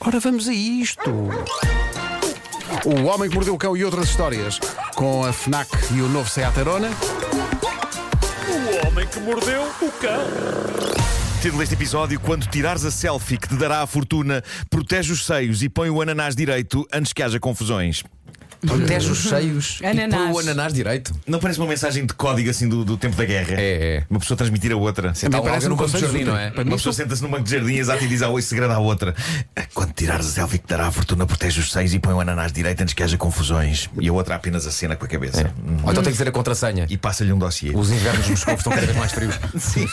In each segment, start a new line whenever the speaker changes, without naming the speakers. Ora, vamos a isto. O Homem que Mordeu o Cão e outras histórias com a FNAC e o novo Seat Arona.
O homem que mordeu o cão.
Título deste episódio: Quando tirares a selfie que te dará a fortuna, protege os seios e põe o ananás direito antes que haja confusões.
Protege os seios
Ananás.
e põe o ananás direito.
Não parece uma mensagem de código assim do, do tempo da guerra?
É, é.
Uma pessoa transmitir a outra. Senta
Também
alguém
parece um
no banco de
conselho
jardim,
de outra. Para
Uma pessoa senta-se num banco de jardim exato e diz ao oi segredo à outra: Quando tirares a selfie que te dará a fortuna, protege os seios e põe o ananás direito antes que haja confusões. E a outra apenas acena com a cabeça. Hum.
Ou então tem que dizer a contrassenha.
E passa-lhe um dossiê.
Os invernos nos copos estão cada vez mais frios.
Sim,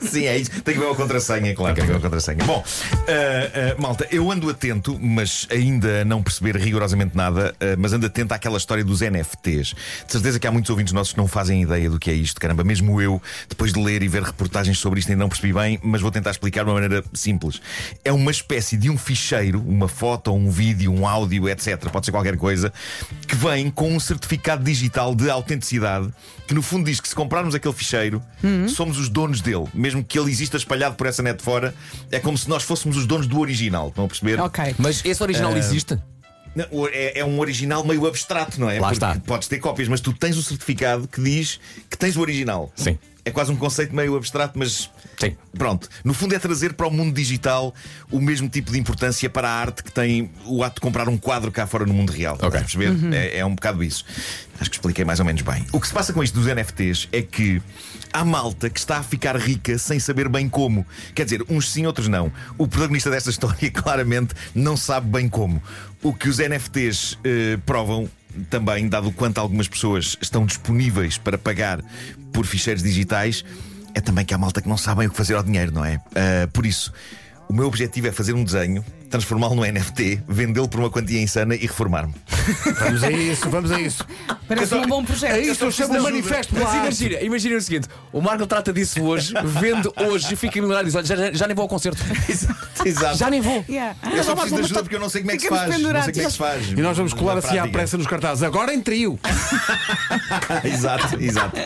sim, é isso. Tem que ver uma contrassenha, claro. Tem que ver uma contrassenha. Bom, ah, ah, malta, eu ando atento, mas ainda a não perceber rigorosamente nada, ah, mas ando atento àquela história dos NFTs. De certeza que há muitos ouvintes nossos que não fazem ideia do que é isto, caramba. Mesmo eu, depois de ler e ver reportagens sobre isto, ainda não percebi bem, mas vou tentar explicar de uma maneira simples. É uma espécie de um ficheiro, uma foto, um vídeo, um áudio, etc. Pode ser qualquer coisa, que vem com um certificado digital de autenticidade que no fundo diz que se comprarmos aquele ficheiro, somos os donos dele. Mesmo que ele exista espalhado por essa net fora, é como se nós fôssemos os donos do original. Estão a perceber?
Ok.
Mas esse original
Eh,
existe?
Não, o- É, é um original meio abstrato, não é?
Lá
Porque
está.
Podes ter cópias, mas tu tens o certificado que diz que tens o original.
Sim.
É quase um conceito meio abstrato, mas.
Sim.
Pronto. No fundo, é trazer para o mundo digital o mesmo tipo de importância para a arte que tem o ato de comprar um quadro cá fora no mundo real. Estás a perceber? É, é um bocado isso. Acho que expliquei mais ou menos bem. O que se passa com isto dos NFTs é que há malta que está a ficar rica sem saber bem como. Quer dizer, uns sim, outros não. O protagonista desta história claramente não sabe bem como. O que os NFTs eh, provam também, dado o quanto algumas pessoas estão disponíveis para pagar por ficheiros digitais, é também que há malta que não sabem o que fazer ao dinheiro, não é? Ah, por isso, o meu objetivo é fazer um desenho, transformá-lo num NFT, vendê-lo por uma quantia insana e reformar-me.
Vamos a isso, vamos a isso.
Parece um bom projeto.
É isso, eu chamo o manifesto
Mas
para
imagina, imagina o seguinte: o Marco trata disso hoje, vende hoje, fica milionário e diz: olha, já- já, já nem vou ao concerto.
Exato, exato.
Já nem vou.
Yeah. Ah,
Eu só preciso de ajuda porque eu não sei como é que se faz.
Ficamos
Não sei como é que
pendurados.
se faz.
E nós vamos
Na
colar assim à
prática.
pressa nos cartazes. Agora em trio.
Exato, exato.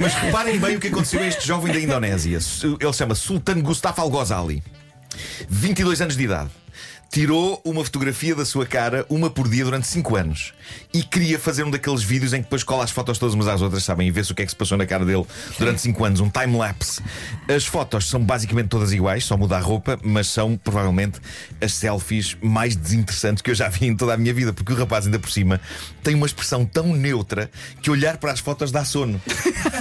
Mas reparem bem o que aconteceu a este jovem da Indonésia. Ele se chama Sultan Gustaf Al Ghazali. 22 anos de idade. Tirou uma fotografia da sua cara, uma por dia, durante 5 anos. E queria fazer um daqueles vídeos em que depois cola as fotos todas umas às outras, sabem? E vê-se o que é que se passou na cara dele durante 5 anos. Um time-lapse. As fotos são basicamente todas iguais, só muda a roupa, mas são provavelmente as selfies mais desinteressantes que eu já vi em toda a minha vida, porque o rapaz, ainda por cima, tem uma expressão tão neutra que olhar para as fotos dá sono.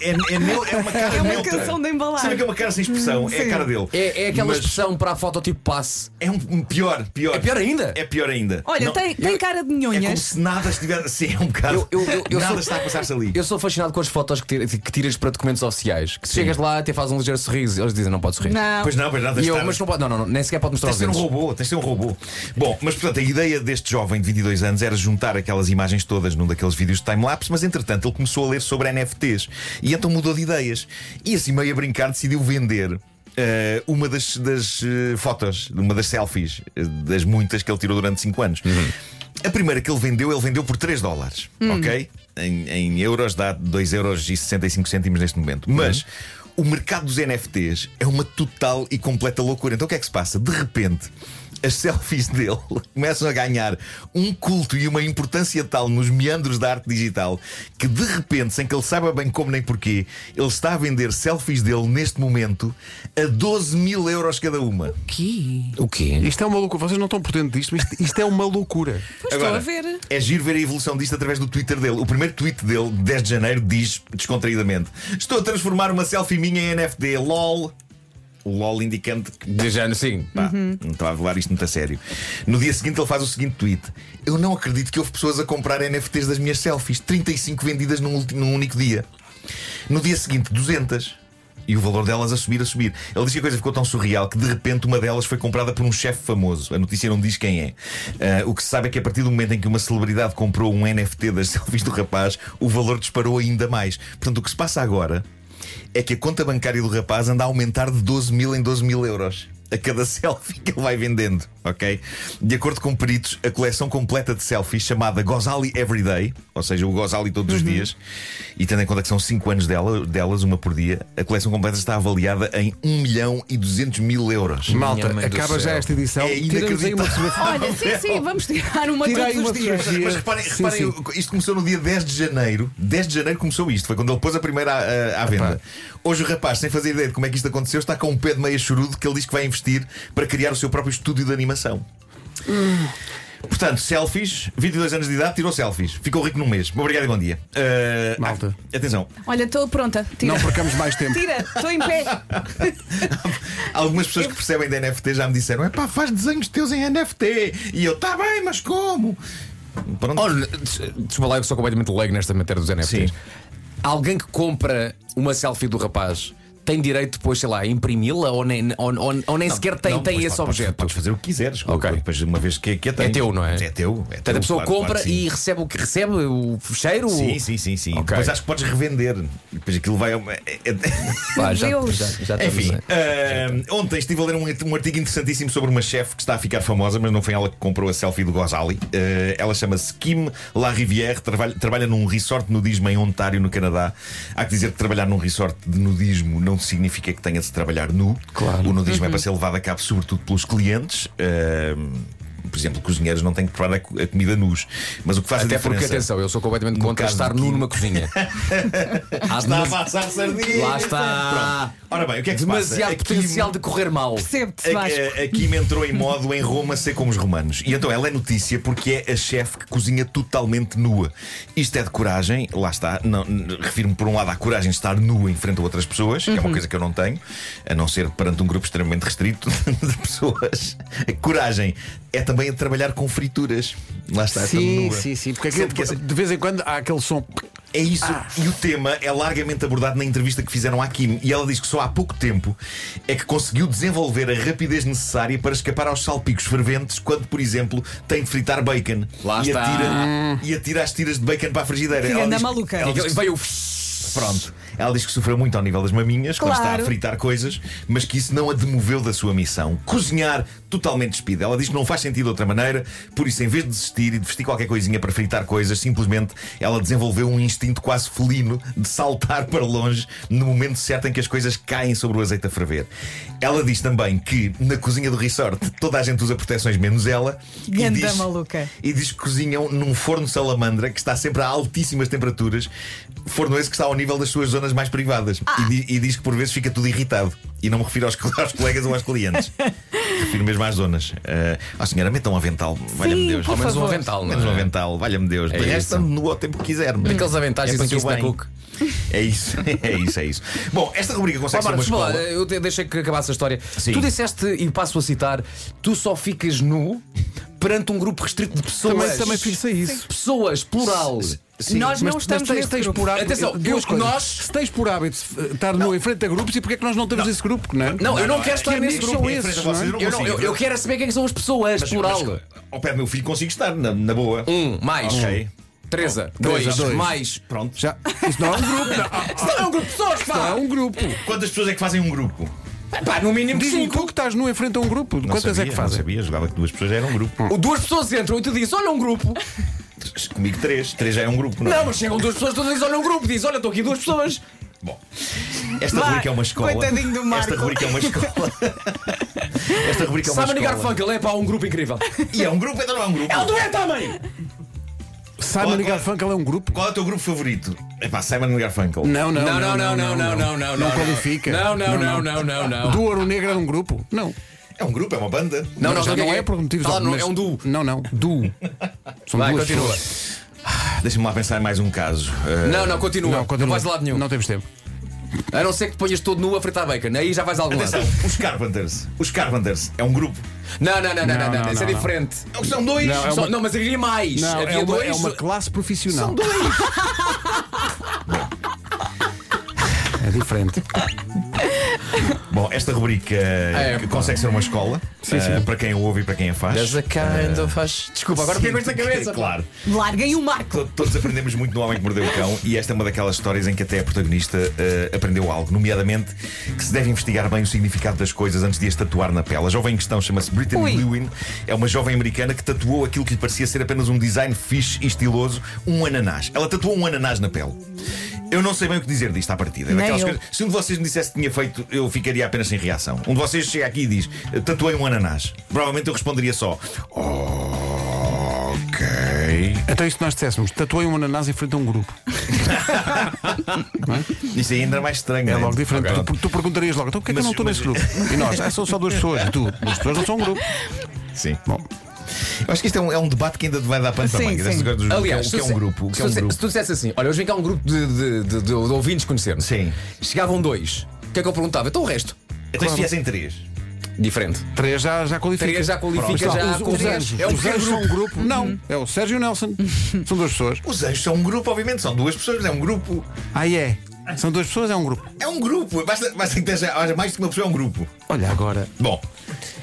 É, é- é neu- é uma cara
É uma
neutra.
canção de embalar.
Sabe que é uma cara sem expressão? é a cara dele.
É, é aquela
Mas-
expressão para a foto tipo passe.
é um, um pior, pior.
É pior ainda?
É pior ainda.
Olha,
Não,
tem, tem cara de
É como
nhonhas.
se nada estivesse. Sim, é um bocado.
Eu- eu- eu- eu
nada
sou-
está a passar-se ali.
Eu sou fascinado com as fotos que, tira- que tiras para documentos oficiais. Que se chegas lá, até faz um ligeiro sorriso. Eles dizem: não pode sorrir.
Não.
Pois não, pois nada
E eu,
está.
mas não pode, não, não, não, nem sequer pode mostrar
Tens
os
de ser um
dedos.
robô, tens de ser um robô. Bom, mas portanto, a ideia deste jovem de 22 anos era juntar aquelas imagens todas num daqueles vídeos de timelapse, mas entretanto ele começou a ler sobre NFTs e então mudou de ideias. E assim, meio a brincar, decidiu vender. eh, uma das, das, eh, fotos, uma das selfies, eh, das muitas que ele tirou durante 5 anos.
Uhum.
A primeira que ele vendeu, ele vendeu por 3 dólares, ok? Em, em euros dá 2 euros e 65 cêntimos neste momento. Mas o mercado dos NFTs é uma total e completa loucura. Então o que é que se passa? De repente, as selfies dele começam a ganhar um culto e uma importância tal nos meandros da arte digital que de repente, sem que ele saiba bem como nem porquê, ele está a vender selfies dele neste momento a 12 mil euros cada uma.
O quê?
Isto é uma loucura. Vocês não estão por dentro disto, mas isto, isto é uma loucura.
Pois estou a ver.
É giro ver a evolução disto através do Twitter dele. O primeiro tweet dele, 10 de janeiro, diz descontraídamente: Estou a transformar uma selfie minha em NFT. LOL. O LOL indicando que
De género, sim.
Pá, não estava a levar isto muito a sério. No dia seguinte ele faz o seguinte tweet: Eu não acredito que houve pessoas a comprar NFTs das minhas selfies, 35 vendidas num, ulti- num único dia. No dia seguinte, 200. E o valor delas a subir, a subir. Ele diz que a coisa ficou tão surreal que de repente uma delas foi comprada por um chefe famoso. A notícia não diz quem é. Ah, o que se sabe é que a partir do momento em que uma celebridade comprou um NFT das selfies do rapaz, o valor disparou ainda mais. Portanto, o que se passa agora é que a conta bancária do rapaz anda a aumentar de 12 mil em 12 mil euros. a cada selfie que ele vai vendendo, ok? De acordo com peritos, a coleção completa de selfies, chamada Gozali Everyday, ou seja, o Gozali todos os dias, e tendo em conta que são 5 anos dela, delas, uma por dia, a coleção completa está avaliada em 1 milhão e 200 mil euros.
Malta,
Minha mãe do
acaba já
céu.
esta edição.
É
Tiramos aí uma
inacreditável.
fotografia.
Olha, sim,
É.
sim, vamos tirar uma
Tira aí
todos
uma
os dias.
fotografia.
Mas reparem,
Sim,
reparem
sim.
isto começou no dia 10 de janeiro. 10 de janeiro começou isto, foi quando ele pôs a primeira à, à venda. Hoje o rapaz, sem fazer ideia de como é que isto aconteceu, está com um pé de meia chorudo que ele diz que vai investir para criar o seu próprio estúdio de animação.
Hum.
Portanto, selfies, 22 anos de idade, tirou selfies. Ficou rico num mês. Obrigado e bom dia. Uh,
Malta.
ah, atenção,
Olha, estou pronta. Tira.
Não percamos mais tempo.
Tira, estou em pé.
algumas pessoas que percebem de NFT já me disseram: é pá, faz desenhos teus em NFT. E eu, tá bem, mas como? Pronto.
Olha, des- desculpa lá, eu sou completamente leigo nesta matéria dos NFTs.
Sim.
Alguém que compra uma selfie do rapaz tem direito depois, sei lá, a imprimi-la ou nem, ou, ou- ou nem sequer tem,
Não,
tem
pois
esse
podes-
objeto?
Podes fazer o que quiseres.
Ok.
Depois, uma vez que, que a
É
tens.
teu, não é?
É teu. É
Portanto,
teu,
a pessoa
claro,
compra
claro que sim.
e recebe o que recebe, o cheiro?
Sim, sim, sim, sim.
Ok.
Depois acho que podes revender. Depois aquilo vai. a uma- é- é-
Pá, já,
Deus.
já, já estamos
Enfim,
a-
ahm, ontem estive a ler um, um artigo interessantíssimo sobre uma chefe que está a ficar famosa, mas não foi ela que comprou a selfie do Gozali. Ah, ela chama-se Kim Larivière, trabalha, trabalha num resort de nudismo em Ontário, no Canadá. Há que dizer que trabalhar num resort de nudismo não significa que tenha de se trabalhar nu. Claro. O nudismo
Uhum.
é para ser levado a cabo, sobretudo pelos clientes. Ahm, por exemplo, cozinheiros não têm que preparar a co- a comida nus. Mas o que faz
Até
a diferença
porque, atenção, eu sou completamente
No
contra
caso
estar
do
nu
Kim.
numa cozinha. Há
Está a
demasi-
passar sardinha.
Lá está.
Ora bem, o que é que se passa?
demasiado
A Kim-
potencial de correr mal.
Percebo-te,
A,
Vasco.
É a, a Kim entrou em modo em Roma ser como os romanos. E então ela é notícia porque é a chefe que cozinha totalmente nua. Isto é de coragem, lá está. Não- n- Refiro-me por um lado à coragem de estar nua em frente a outras pessoas, que é
Uhum.
uma coisa que eu não tenho, a não ser perante um grupo extremamente restrito de pessoas. A coragem é também a trabalhar com frituras. Lá está, estando
Sim,
nua.
sim, sim. Porque
Sendo
aquilo,
que essa-
de vez em quando há aquele som.
é isso. E o tema é largamente abordado na entrevista que fizeram à Kim. E ela diz que só há pouco tempo é que conseguiu desenvolver a rapidez necessária para escapar aos salpicos ferventes quando, por exemplo, tem de fritar bacon.
Lá
e,
está.
Atira, e atira as tiras de bacon para a frigideira.
Tirando
Ela
a
diz que-
maluca.
ela diz que-
Veio o.
Pronto. Ela diz que sofreu muito ao nível das maminhas quando
Claro.
está a fritar coisas, mas que isso não a demoveu da sua missão. Cozinhar totalmente despida. Ela diz que não faz sentido de outra maneira, por isso, em vez de desistir e de vestir qualquer coisinha para fritar coisas, simplesmente ela desenvolveu um instinto quase felino de saltar para longe no momento certo em que as coisas caem sobre o azeite a ferver. Ela diz também que na cozinha do resort toda a gente usa proteções menos ela. e
Ganda
diz-
maluca.
e diz que cozinham num forno salamandra que está sempre a altíssimas temperaturas, forno esse que está ao nível das suas zonas mais privadas.
Ah.
E, di- e diz que por vezes fica tudo irritado. E não me refiro aos, co- aos colegas ou aos clientes. refiro mesmo às zonas. Ah, ah, senhora, metam um avental, valha-me Deus.
por
Ao menos um
favor.
avental, não
Menos um
é?
avental, valha-me Deus. De
isso.
resto, ando no ao tempo que quiser.
Aqueles aventais
É para
dizem que
o seu
isso não é
bem.
cook.
É isso, é isso, é isso. Bom, esta rubrica
Ó,
consegue ser uma
Marcos, vá lá,
escola.
eu te- deixei que acabasse a história.
Sim.
Tu disseste, e passo a citar, tu só ficas nu perante um grupo restrito de pessoas.
Também, também fiz isso.
Pessoas, plural.
Nós não estamos
tens,
neste
tens
grupo.
por hábito.
Atenção,
duas
eu-
coisas.
nós-
Se tens por hábito eh, estar nu em frente a grupos, e porque é que nós não temos esse grupo? Não, é?
Não, eu não,
não,
quero
é-
estar
que
nesse
amigos
grupo.
são esses,
Em frente a
não é?
vocês, eu não
Eu, não, eu,
consigo.
eu quero saber quem é que são as pessoas,
Mas-
plural.
mas Ao pé do meu filho consigo estar, na, na boa.
Um, mais.
Ok.
Teresa,
Teresa,
dois,
dois.
mais.
Pronto.
Já, isso não é um grupo. Não,
Isto não é um grupo de pessoas,
não é
pá!
um grupo.
Quantas pessoas é que fazem um grupo?
Pá, no mínimo
Diz-me tu
cinco.
que estás nu em frente a um grupo.
Não
Quantas
sabia,
é que
Não
fazem? Hum.
sabia, jogava que duas pessoas já era um grupo.
Duas pessoas entram e tu dizes, olha um grupo.
Comigo três, três já é um grupo, não é?
Não, mas chegam duas pessoas, tu dizes, olha um grupo. Dizes, olha, estou aqui duas pessoas.
Bom, esta
Vá,
rubrica é uma escola.
coitadinho do Marco.
Esta rubrica é uma escola. Esta rubrica é uma
Simon e
escola.
Garfunkel, é pá, um grupo incrível.
E é um grupo, então não é um grupo.
É um dueto, homem!
Simon e
Qual-
Garfunkel é um grupo?
Qual é o teu grupo favorito? É pá, Simon Garfunkel.
Não, não.
Não, não, não, não, não, não, não.
Não qualifica.
Não, não, não, não, não, não.
Do Ouro Negro era um grupo? Não.
É um grupo, é uma banda.
Não, não,
já
sabe o
não
que
é por motivos
Tá lá,
óbvios,
não, É
mas-
um duo.
Não, não. Duo. São
Vai,
duas
continua.
pessoas.
Deixa-me lá pensar em mais um caso. Uh,
Não, não, continua. Não,
Não, continua.
vais a lado nenhum.
Não temos tempo.
A não ser que te ponhas todo nu a fritar bacon. Aí já vais a algum
Atenção,
lado.
os Carpenters. Os Carpenters é um grupo.
Não, não, não, não, não,
Não,
não.
não,
Isso é
não.
diferente.
É o que São dois.
Não, é
Só-
uma-
Não, mas havia mais.
Não,
havia
é uma,
dois.
é uma classe profissional. São dois. É diferente.
Bom, esta rubrica eh,
pá.
consegue ser uma escola eh, para quem a ouve e para quem a faz.
There's a kind of us- Desculpa, agora
Sim,
fiquei com esta cabeça.
Claro.
Larguem o Marco.
To- Todos aprendemos muito no Homem que Mordeu o Cão e esta é uma daquelas histórias em que até a protagonista eh, aprendeu algo, nomeadamente que se deve investigar bem o significado das coisas antes de as tatuar na pele. A jovem em questão chama-se Brittany
Ui.
Lewin, é uma jovem americana que tatuou aquilo que lhe parecia ser apenas um design fixe e estiloso, um ananás. Ela tatuou um ananás na pele. Eu não sei bem o que dizer disto à partida.
Nem
Daquelas
eu.
coisas- Se um de vocês me dissesse que tinha feito, eu ficaria apenas sem reação. Um de vocês chega aqui e diz: Tatuei um ananás. Provavelmente eu responderia só: Ok.
Então, e se nós disséssemos, tatuei um ananás em frente a um grupo.
Isso aí ainda é mais estranho.
É
né?
logo diferente.
Ok.
Tu, tu perguntarias logo, então porquê que eu
Mas-
não estou
mas-
nesse grupo? E nós, ah, são só duas pessoas. E tu, duas pessoas não são um grupo.
Sim.
Bom,
Eu acho que isto é um, é um debate que ainda vai dar pano para
Sim,
manga.
sim.
dessas coisas do-
Aliás,
o que é
se
um
tu-
grupo. O que é um
se tu-
grupo.
Se tu dissesse assim, olha, hoje vem cá um grupo de, de, de, de ouvintes conhecer
Sim.
Chegavam dois. O que é que eu perguntava? Então o resto.
Então se fizessem três.
Diferente.
três já, já qualifica.
Três já
Mas
qualifica,
lá,
já
os,
com
os anjos.
É um
os
pequeno
anjos são
grupo.
um grupo? Não. É o Sérgio e o Nelson. São duas pessoas.
Os anjos são um grupo, obviamente, são duas pessoas, é um grupo.
Ah, é. São duas pessoas, é um grupo.
É um grupo. Basta, basta que esteja haja mais do que uma pessoa, é um grupo.
Olha agora.
Bom,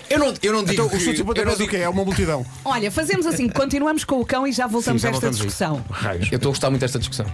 Eu não, eu não digo.
Então, os
que,
chutes e
eu não
pontapés o
digo-
quê? É uma multidão.
Olha, fazemos assim, continuamos com o cão e já voltamos
Sim, já
a esta
voltamos a isso. é
discussão.
Raios.
Eu estou a gostar muito desta
Um
discussão.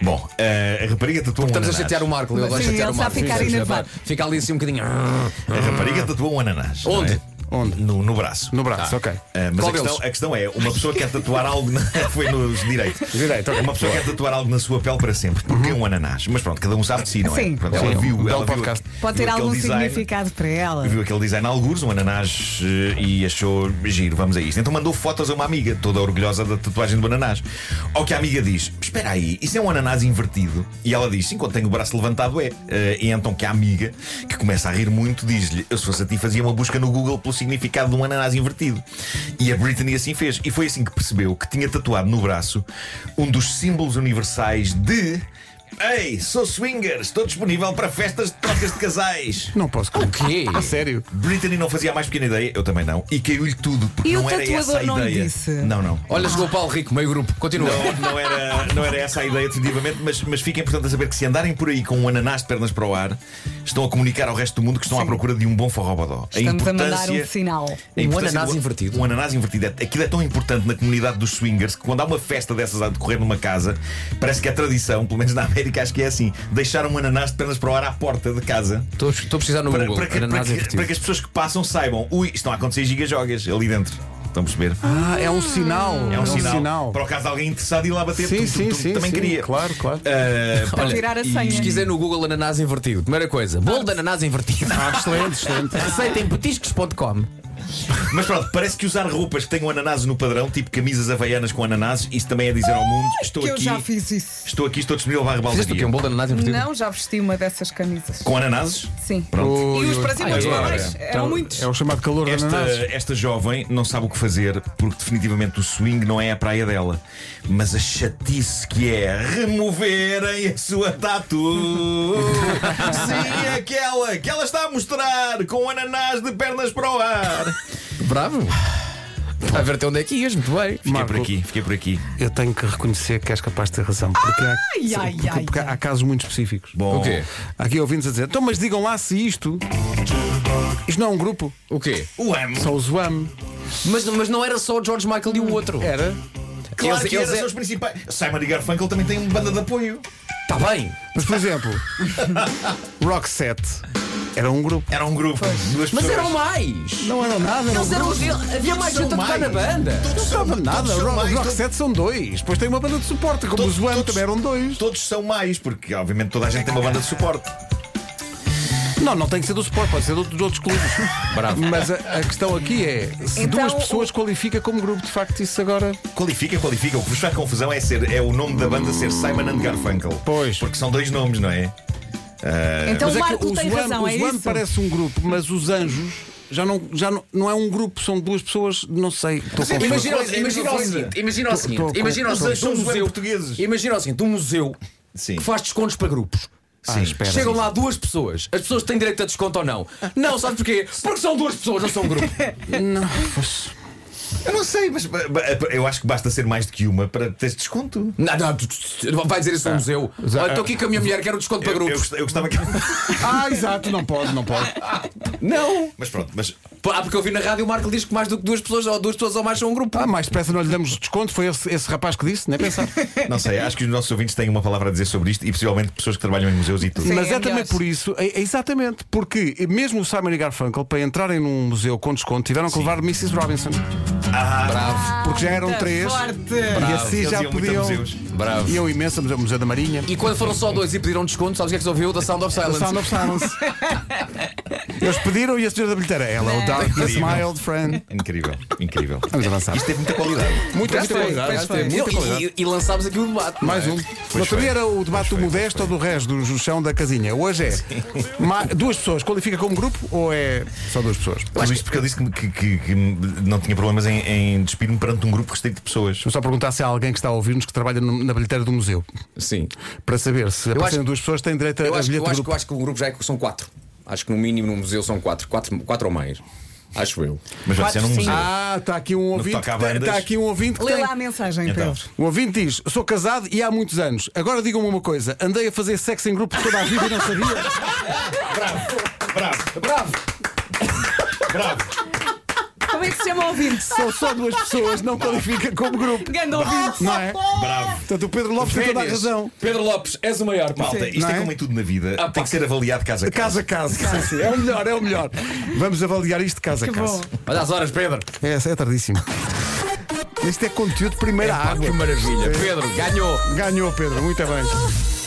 bom, eh, a rapariga tatuou um
Estamos a
ananás.
chatear o Marco, ele
Sim,
gosta de
ele
chatear o
está a
Marco.
ficar
Sim, sim,
enervado.
sim, Fica ali assim um bocadinho.
A rapariga tatuou um ananás. não
Onde?
é?
Onde?
No, no braço.
No braço, ok.
Ah, mas
Qual
a questão,
deles?
a questão é: uma pessoa quer tatuar algo. Na... Foi no direito.
Direito, ok. Uhum.
Uma pessoa quer tatuar algo na sua pele para sempre. Porque é um ananás. Mas pronto, cada um sabe de si, não é?
Sim.
Pronto,
Sim,
ela viu,
um belo
ela viu,
podcast.
Pode ter
viu aquele
algum
design,
significado para ela.
Viu aquele design a algures, um ananás eh, e achou giro, vamos a isto. Então mandou fotos a uma amiga, toda orgulhosa da tatuagem do ananás. Ao que a amiga diz: Espera aí, isso é um ananás invertido? E ela diz: Sim, quando tenho o braço levantado é. Eh, E então que a amiga, que começa a rir muito, diz-lhe: Eu se fosse a ti, fazia uma busca no Google pelo significado de um ananás invertido. E a Britney assim fez. E foi assim que percebeu que tinha tatuado no braço um dos símbolos universais de. Ei, sou swinger, estou disponível para festas de trocas de casais.
Não posso crer.
quê?
A sério.
Brittany não fazia a mais pequena ideia, eu também não, e caiu-lhe tudo, porque
E o
não era essa a
tatuador não lhe
ideia.
disse?
Não, não.
Olha, chegou o Paulo Rico, meio grupo. Continua.
Ah. Não, não era, não era essa a ideia, definitivamente, mas, mas fica importante a saber que se andarem por aí com um ananás de pernas para o ar, estão a comunicar ao resto do mundo que estão à procura de um bom forró-bodó.
Estamos a mandar
importância-
um sinal.
a importância
ananás
do-
invertido.
Um ananás invertido. É- Aquilo é tão importante na comunidade dos swingers que quando há uma festa dessas a decorrer numa casa, parece que é tradição, pelo menos na América acho que é assim, deixar um ananás de pernas para o ar à porta de casa
Estou estou a precisar no
para,
Google.
para que, para
Ananás
que-
invertido.
para que as pessoas que passam saibam, ui, estão a acontecer gigajogas ali dentro. Estão a perceber?
Ah, é um sinal.
é um, sinal. Para o caso de alguém interessado ir lá bater,
Sim,
tum, tum,
sim,
tum,
sim.
também
sim,
queria.
Claro, claro.
Ah,
Para tirar a senha.
Pesquisei no Google ananás invertido. Primeira coisa, bolo de ananás invertido.
Ah, excelente, excelente.
Receita em petiscos.com.
mas pronto, parece que usar roupas que tenham ananás no padrão, tipo camisas havaianas com ananás, isso também é dizer ao mundo: estou
que eu
aqui,
já fiz isso.
estou aqui, estou disponível para a
Fizeste o quê?
rebaldaria.
Um bolo de ananás invertido?
Não, já vesti uma dessas camisas.
Com ananases?
Sim.
Pronto.
E os para cima dos
Agora.
pais eram
Então,
muitos.
É o chamado calor da
Esta,
ananás.
esta jovem não sabe o que fazer porque definitivamente o swing não é a praia dela. Mas a chatice que é removerem a sua tatu. Sim, aquela que ela está a mostrar com ananás de pernas para o ar.
Bravo. A ver até onde é que ias, muito bem.
Fiquei
Marco.
por aqui, fiquei por aqui.
Eu tenho que reconhecer que és capaz de ter razão. Porque há,
Ai, ai,
porque-
ai,
porque há casos muito específicos.
Bom,
O quê?
Há Aqui ouvintes a dizer, então, mas digam lá se isto. Isto não é um grupo,
O quê?
o amo.
são os UAM.
Mas, mas não era só o George Michael e o outro.
Era.
Claro
Eles-
que eles
eles é-
são os principais. Simon e Garfunkel também tem uma banda de apoio.
Está Tá bem.
Mas, por exemplo, Roxette era um grupo.
Era um grupo. Duas
Mas
pessoas.
eram mais.
Não eram nada, eram
Eles eram os. Havia mais
são
gente a tocar na
mais.
banda.
Todos
Não estava nada,
são
Ro-
mais, todos-
Roxette são dois. Depois tem uma banda de suporte, como
Todos-
os UAM
todos-
também eram dois.
Todos são mais, porque obviamente toda a gente tem uma banda de suporte.
Não, não tem que ser do suporte, pode ser do- dos outros clubes.
Bravo.
Mas a, a questão aqui é: se
Então,
duas pessoas qualifica como grupo, de facto, isso agora.
Qualifica, qualifica. O que vos faz confusão é, ser, é o nome da banda ser Simon and Garfunkel.
Pois.
Porque são dois nomes, não é?
Então o
é
Marco
os
tem
Wham-
razão, é
os Wham
isso?
parece um grupo, mas os anjos já não, já não, não é um grupo, são duas pessoas, não sei. Estou confuso.
Imagina,
coisa, é a
imagina
mesma
o
coisa.
seguinte, imagina o
Tô-
seguinte,
tô com-
imagina o
Os
seguinte,
anjos
um
são
museu
portugueses.
Imagina o seguinte, um museu
Sim.
que faz descontos para grupos.
Ah,
Sim.
espera.
Chegam lá duas pessoas, as pessoas têm direito a desconto ou não? Não, sabes porquê? Porque são duas pessoas, não são um grupo.
Não, pois.
Eu não sei, mas ba- ba- eu acho que basta ser mais do que uma para teres desconto.
Não, não, tu- tu- tu- vai dizer isso a um museu.
Já-
Olha, Estou aqui com a minha mulher, quero desconto para
Eu, eu
grupos.
gost- eu gostava que.
Ah, exato, não pode, não pode.
Não!
Mas pronto, mas
Ah, porque eu vi na rádio o Marco diz que mais do que duas pessoas ou duas pessoas ou mais são um grupo.
Ah, mais depressa não lhe damos desconto, foi esse, esse rapaz que disse, nem pensar.
não sei, acho que os nossos ouvintes têm uma palavra a dizer sobre isto e possivelmente pessoas que trabalham em museus e tudo.
Sim,
Mas é,
é
também
melhor.
por isso, é- é exatamente, porque mesmo o Simon e Garfunkel, para entrarem num museu com desconto, tiveram que levar Mrs. Robinson. Bravo. Porque já eram três e assim
Ah, Eles
já
iam muito a
podiam.
museus.
Bravo.
Iam imenso ao Museu- Museu da Marinha.
E quando foram só dois e pediram desconto, sabes o que é que se ouviu? Da Sound of Silence.
Sound of Silence. Eles pediram e a senhora da bilheteira. Hello, darkness, my old friend.
Incrível, incrível.
Vamos avançar.
Isto teve muita qualidade.
Muito
Pois foi, pois foi.
Muita qualidade.
E, e- e lançámos aqui o debate. é?
Mais um. No outro
foi.
dia era o debate
Pois
do
foi,
modesto ou do resto, do do chão da casinha. Hoje é ma- duas pessoas. Qualifica como grupo ou é só duas pessoas?
Mas isto porque ele disse que, que- que- que não tinha problemas em, em despir-me perante um grupo restrito de pessoas.
Vou só perguntar se há alguém que está a ouvir-nos que trabalha no- na bilheteira do museu.
Sim.
Para saber se aparecem
acho-
duas pessoas têm direito a
Eu acho, que-
bilhete
eu,
de
acho, que-
grupo.
eu acho que o grupo já é que são quatro. Acho que no mínimo no museu são quatro. Quatro, quatro ou mais. Acho eu.
Mas vai ser num
Quatro,
museu.
Ah, está aqui um ouvinte.
toca a
que tem-
bandas.
Está aqui um ouvinte que
Lê
tem.
lá a mensagem,
Então.
Pedro.
O ouvinte diz: Sou casado e há muitos anos. Agora digam-me uma coisa: andei a fazer sexo em grupo toda a vida e não sabia.
Bravo,
Bravo!
bravo.
Como é que se chama o ouvinte?
São só duas pessoas, não qualifica como grupo.
Ganda ouvinte.
Não é?
Bravo.
Portanto, o Pedro Lopes tem toda a
Férias.
razão.
Pedro Lopes, és o maior, pá.
Malta,
Não
isto
é?
é como em tudo na vida.
Ah,
Tem
pá.
que ser avaliado caso a
Casa a
caso.
casa. Sim, sim. É o melhor, é o melhor. Vamos avaliar isto casa a
Que
casa.
bom.
Olha as horas, Pedro.
É, é tardíssimo. Isto é conteúdo de primeira
Pá,
água.
que maravilha. Pedro ganhou.
Ganhou, Pedro, muito bem.